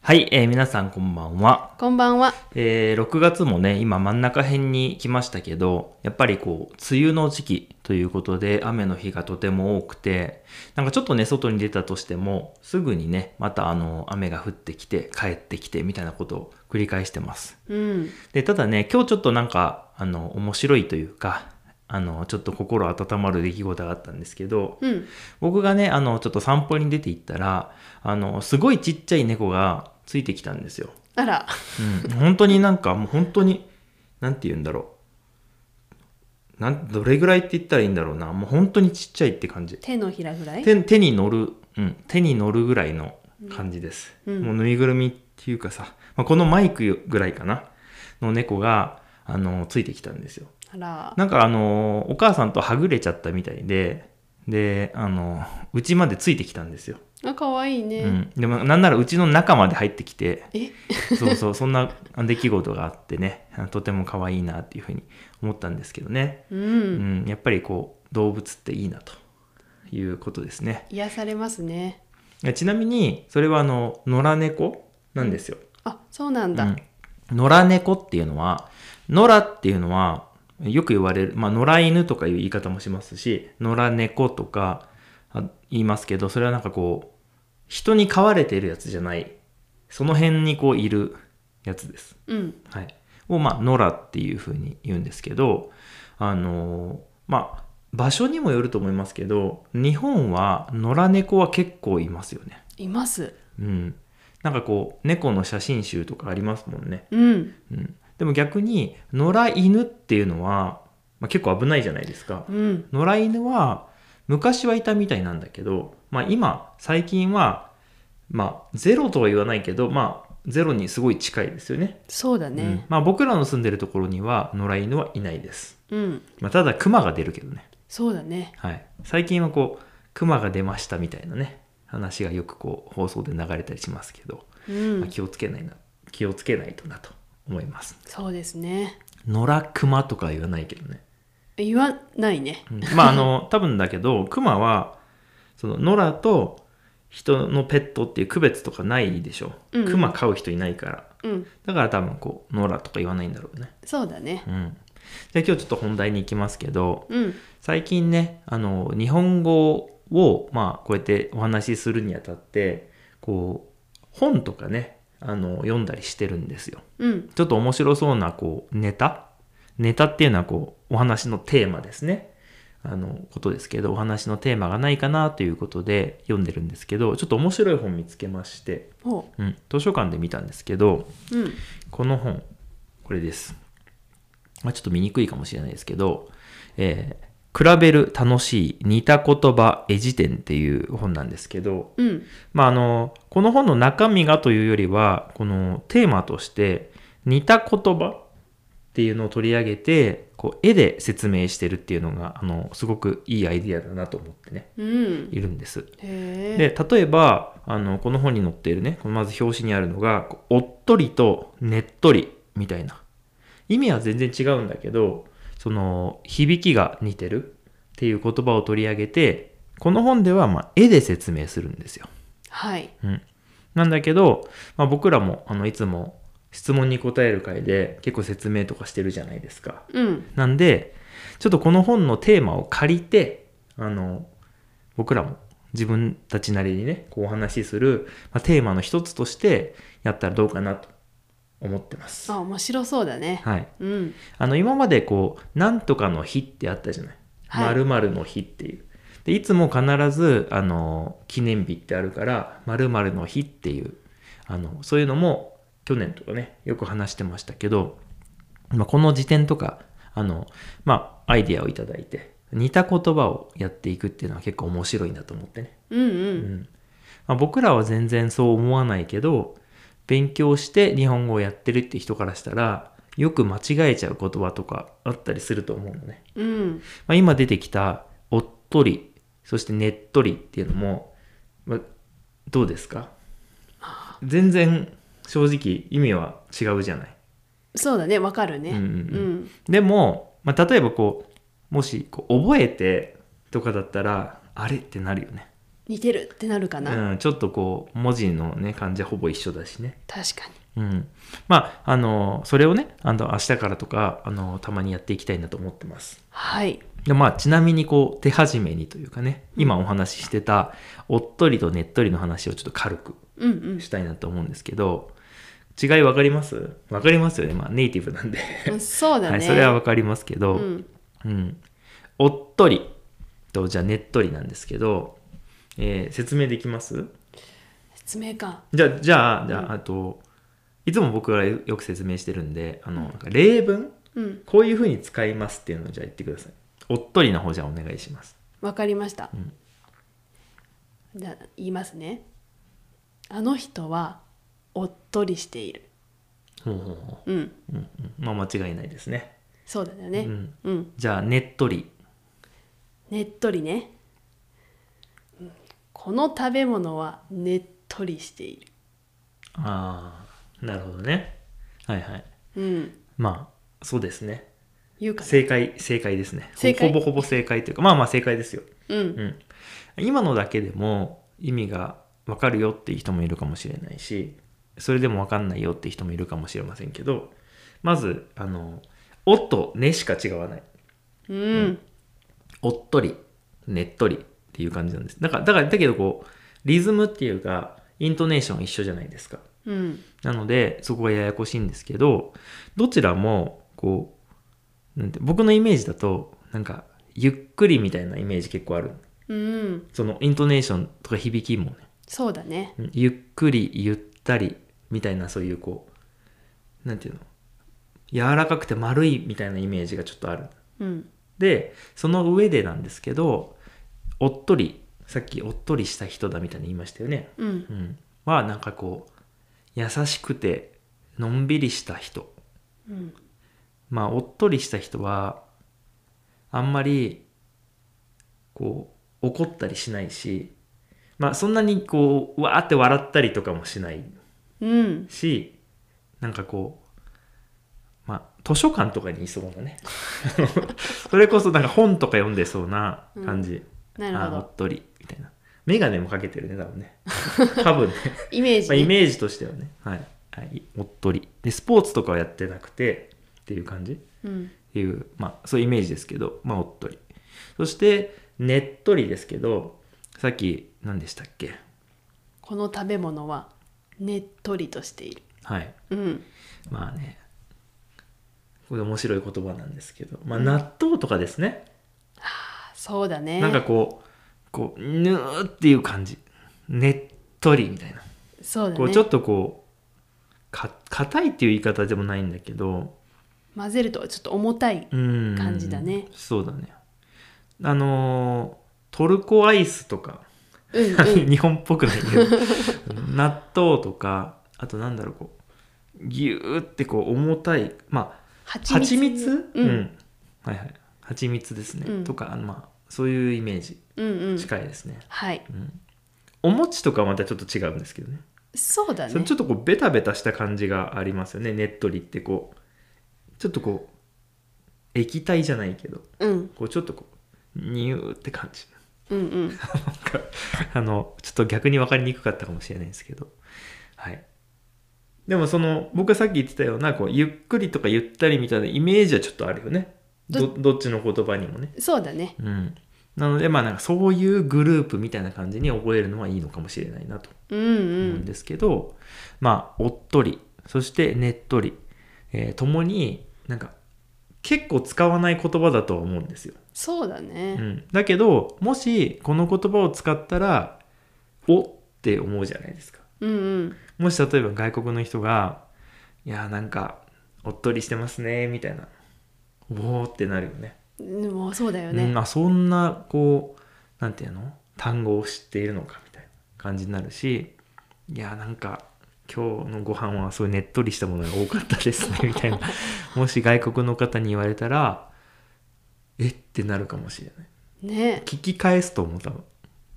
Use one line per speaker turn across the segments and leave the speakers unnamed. はい、えー皆さんこんばんは。
こんばんは。
えー6月もね、今真ん中辺に来ましたけど、やっぱりこう、梅雨の時期ということで、雨の日がとても多くて、なんかちょっとね、外に出たとしても、すぐにね、またあの、雨が降ってきて、帰ってきて、みたいなことを繰り返してます。
うん。
で、ただね、今日ちょっとなんか、あの、面白いというか、あの、ちょっと心温まる出来事があったんですけど、
うん。
僕がね、あの、ちょっと散歩に出て行ったら、あの、すごいちっちゃい猫がついてきたんですよ。
あら。
うん、本当になんかもう本当になんて言うんだろうなんどれぐらいって言ったらいいんだろうなもう本当にちっちゃいって感じ
手のひらぐらい
手手に乗る、うん、手に乗るぐらいの感じです、
うん
もうぬいぐるみっていうかさ、まあ、このマイクぐらいかなの猫があのついてきたんですよ
あら。
なんかあのお母さんとはぐれちゃったみたいでであのうちまでついてきたんですよ、
あ、かわいいうね。
ん、でもなんならうちの中まで入ってきて
え
そうそう、そんな出来事があってね、あとても可愛いなっていうふうに思ったんですけどね。
う。
うんん、やっぱりこう、動物っていいなということですね。
癒されますね。
ちなみに、それはあの、野良猫なんですよ。
あ、そうなん
う
だ。
ん野良猫っていうのは、野良っていうのは、よく言われる、まあ、野良犬とかいう言い方もしますし、野良猫とかあ言いますけど、それはなんかこう、人に飼われてるやつじゃない、その辺にこういるやつです。
うん。
はい、を、まあ、野良っていうふうに言うんですけど、あのーまあ、場所にもよると思いますけど、日本は野良猫は結構いますよね。
います。
うん。なんかこう、猫の写真集とかありますもんね。
うん。
うん。でも逆に、野良犬っていうのは、まあ、結構危ないじゃないですか。
うん。
野良犬は、昔はいたみたいなんだけど、まあ今、最近は、まあゼロとは言わないけど、まあゼロにすごい近いですよね。
そうだ
うん
ね。
まあ、僕らの住んでるところには野良犬はいないです、
うん。
まあ、ただクマが出るけどね、
そうだね。
はい、最近はこうクマが出ましたみたいなね話がよくこう放送で流れたりしますけど、
う
まあ
ん。
気をつけないな気をつけないとなと思います
そうですね。
野良クマとかは言わないけどね、
言わないね。
うんまああの 多分だけどクマはその野良と人のペットっていう区別とかないでしょ、
うん
クマ飼う人いないから
うん。
だから多分こう野良とか言わないんだろうね
そうだね。
うんじゃあ今日ちょっと本題に行きますけど、
うん。
最近ねあの日本語を、まあ、こうやってお話しするにあたってこう本とかねあの読んだりしてるんですよ
うん。
ちょっと面白そうなこうネタネタっていうのはこうお話のテーマですねあのことですけどお話のテーマがないかなということで読んでるんですけどちょっと面白い本見つけまして、
ほ
うん、図書館で見たんですけど
う。うん。
この本、これです。まあ、ちょっと見にくいかもしれないですけど、えー比べる楽しい似た言葉絵辞典っていう本なんですけど、
うん。
まあ、あの、この本の中身がというよりは、このテーマとして似た言葉っていうのを取り上げて、こう絵で説明してるっていうのが、あの、すごくいいアイディアだなと思ってね、
うん。
いるんです。
へえ。
で例えばあのこの本に載っているねこのまず表紙にあるのがこうおっとりとねっとりみたいな意味は全然違うんだけどその響きが似てるっていう言葉を取り上げてこの本ではまあ絵で説明するんですよ、
はい。
うん、なんだけど、まあ、僕らもあのいつも質問に答える回で結構説明とかしてるじゃないですか
うん。
なんで、ちょっとこの本のテーマを借りて、あの、僕らも自分たちなりにね、こうお話しする、まあ、テーマの一つとしてやったらどうかなと思ってます。
あ、面白そうだね。
はい。
うん。
あの、今までこう、なんとかの日ってあったじゃない。
はい
〇〇の日っていう。で、いつも必ず、あの、記念日ってあるから、〇〇の日っていう、あの、そういうのも去年とかね、よく話してましたけど、まあ、この辞典とか、あの、まあ、アイディアをいただいて、似た言葉をやっていくっていうのは結構面白いなと思ってね。
うん
う
うん。
んまあ、僕らは全然そう思わないけど勉強して日本語をやってるって人からしたらよく間違えちゃう言葉とかあったりすると思うのね、
うん。
まあ、今出てきた「おっとり」そして「ねっとり」っていうのも、まあ、どうですか全然正直意味は違うじゃない
そうだね。わかるね。
うんうんう
うん。
でも、まあ、例えばこうもしこう覚えてとかだったらあれってなるよね
似てるってなるかな、
うん、ちょっとこう文字のね感じはほぼ一緒だしね、
確かに
うん、まああのそれをねあの明日からとかあのたまにやっていきたいなと思ってます
はい
でまあちなみにこう手始めにというかね今お話ししてたおっとりとねっとりの話をちょっと軽く
うんうん
したいなと思うんですけど違い分かります分かりますよねまあネイティブなんで、
うんそうだ
は
ね、
い、それは分かりますけど、
うん
うん、おっとりとじゃあねっとりなんですけど、えー説明できます
説明か
じゃあじゃあじゃあ,、あといつも僕がよく説明してるんであのなんか例文
うん
こういうふうに使いますっていうのをじゃあ言ってくださいおっとりの方じゃあお願いします
わかりました、
ん
じゃあ言いますねあの人はおっとりしている
ほうほうほ
うん
う、うんうん、まあ間違いないですね
そうだよね
うん
うん、
じゃあねっとり
ねっとりね、うんこの食べ物はねっとりしている
ああなるほどねはいはい
うん
まあそうですね
言うかな
正解正解ですねほ
正解
ほぼほぼ正解というかまあまあ正解ですよ
うん
うん、今のだけでも意味が分かるよっていう人もいるかもしれないしそれでも分かんないよっていう人もいるかもしれませんけどまずあの「お」と「ね」しか違わない
うん
「おっとり」「ねっとり」っていう感じなんですだからだからだけどこうリズムっていうかイントネーションは一緒じゃないですか
うん
なのでそこがややこしいんですけどどちらもこうなんて僕のイメージだとなんかゆっくりみたいなイメージ結構ある
うん
そのイントネーションとか響きもね
そうだね
うんゆっくりゆったりみたいなそういうこうなんていうの柔らかくて丸いみたいなイメージがちょっとある
うん
でその上でなんですけどおっとりさっきおっとりした人だみたいに言いましたよね、
うん
うん、はなんかこう優しくてのんびりした人
うん
まあおっとりした人はあんまりこう怒ったりしないしまあそんなにこうわーって笑ったりとかもしない
うん
しなんかこうまあ図書館とかにいそうなね あのそれこそなんか本とか読んでそうな感じ、
なるほ
あーお
ど
っとりみたいな眼鏡もかけてるね多分ね多分ね
イメージ
まあ、
ね
イメージとしてはね、はいはい、おっとりでスポーツとかはやってなくてっていう感じっ
うん
ていうまあそういうイメージですけどまあおっとりそしてねっとりですけどさっき何でしたっけ
この食べ物はねっとりとしている
はい
うん
まあねこれ面白い言葉なんですけど、まあ、納豆とかですね、
そうだね
なんかこうこうぬーっていう感じねっとりみたいな、
そうだ
こうちょ
ね
っとこうか硬いっていう言い方でもないんだけど
混ぜるとちょっと重 たい
うん
感じだね
そうだねあのートルコアイスとか、
うん うん
日本っぽくないけど納豆とかあとなんだろうこうギューってこう重たいまあ
蜂
蜂
蜜
蜜
うん
はいはい蜂蜜ですね、
うん
とかあのまあそういうイメージ
うんうん
近いですね、
はい
うんお餅とかはまたちょっと違うんですけどね
そうだ
その
ね
ちょっとこうベタベタした感じがありますよねねっとりってこうちょっとこう液体じゃないけど
うん
こうちょっとこうニューって感じ
うんうん
あのちょっと逆に分かりにくかったかもしれないですけどはいでもその僕がさっき言ってたようなこうゆっくりとかゆったりみたいなイメージはちょっとあるよねどどっちの言葉にもね
そうだね
うん、なのでまあなんかそういうグループみたいな感じに覚えるのはいいのかもしれないなと
うん
思
う
うん
ん
ですけど、まあおっとりそしてねっとり、えー、ともになんか結構使わない言葉だとは思うんですよ、
そうだ
う
ね
ん、だけどもしこの言葉を使ったら「お」って思うじゃないですか
うんうん
もし例えば外国の人が「いやーなんかおっとりしてますね」みたいな「おーってなるよね
でもそうだよ
う
ね
ん、あそんなこうなんていうの単語を知っているのかみたいな感じになるしいやなんか今日のご飯はそういうねっとりしたものが多かったですねみたい なもし外国の方に言われたらえってなるかもしれない
ね
聞き返すと思う多分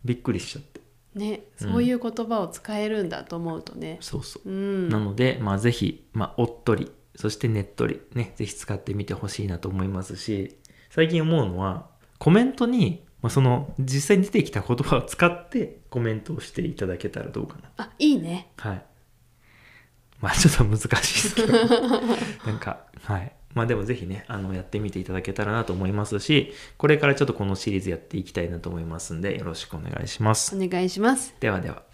びっくりしちゃって
ねそういう言葉を使えるんだと思うとね
そうそう
うん
なので、まあ、ぜひ、まあ、おっとり、そしてねっとり、ね、ぜひ使ってみてほしいなと思いますし、最近思うのは、コメントに、まあ、その実際に出てきた言葉を使ってコメントをしていただけたらどうかな
あいいね
はい。まあちょっと難しいですけど、 なんか、はい。まあでもぜひね、あの、やってみていただけたらなと思いますし、これからちょっとこのシリーズやっていきたいなと思いますんで、よろしくお願いします。
お願いします
ではでは。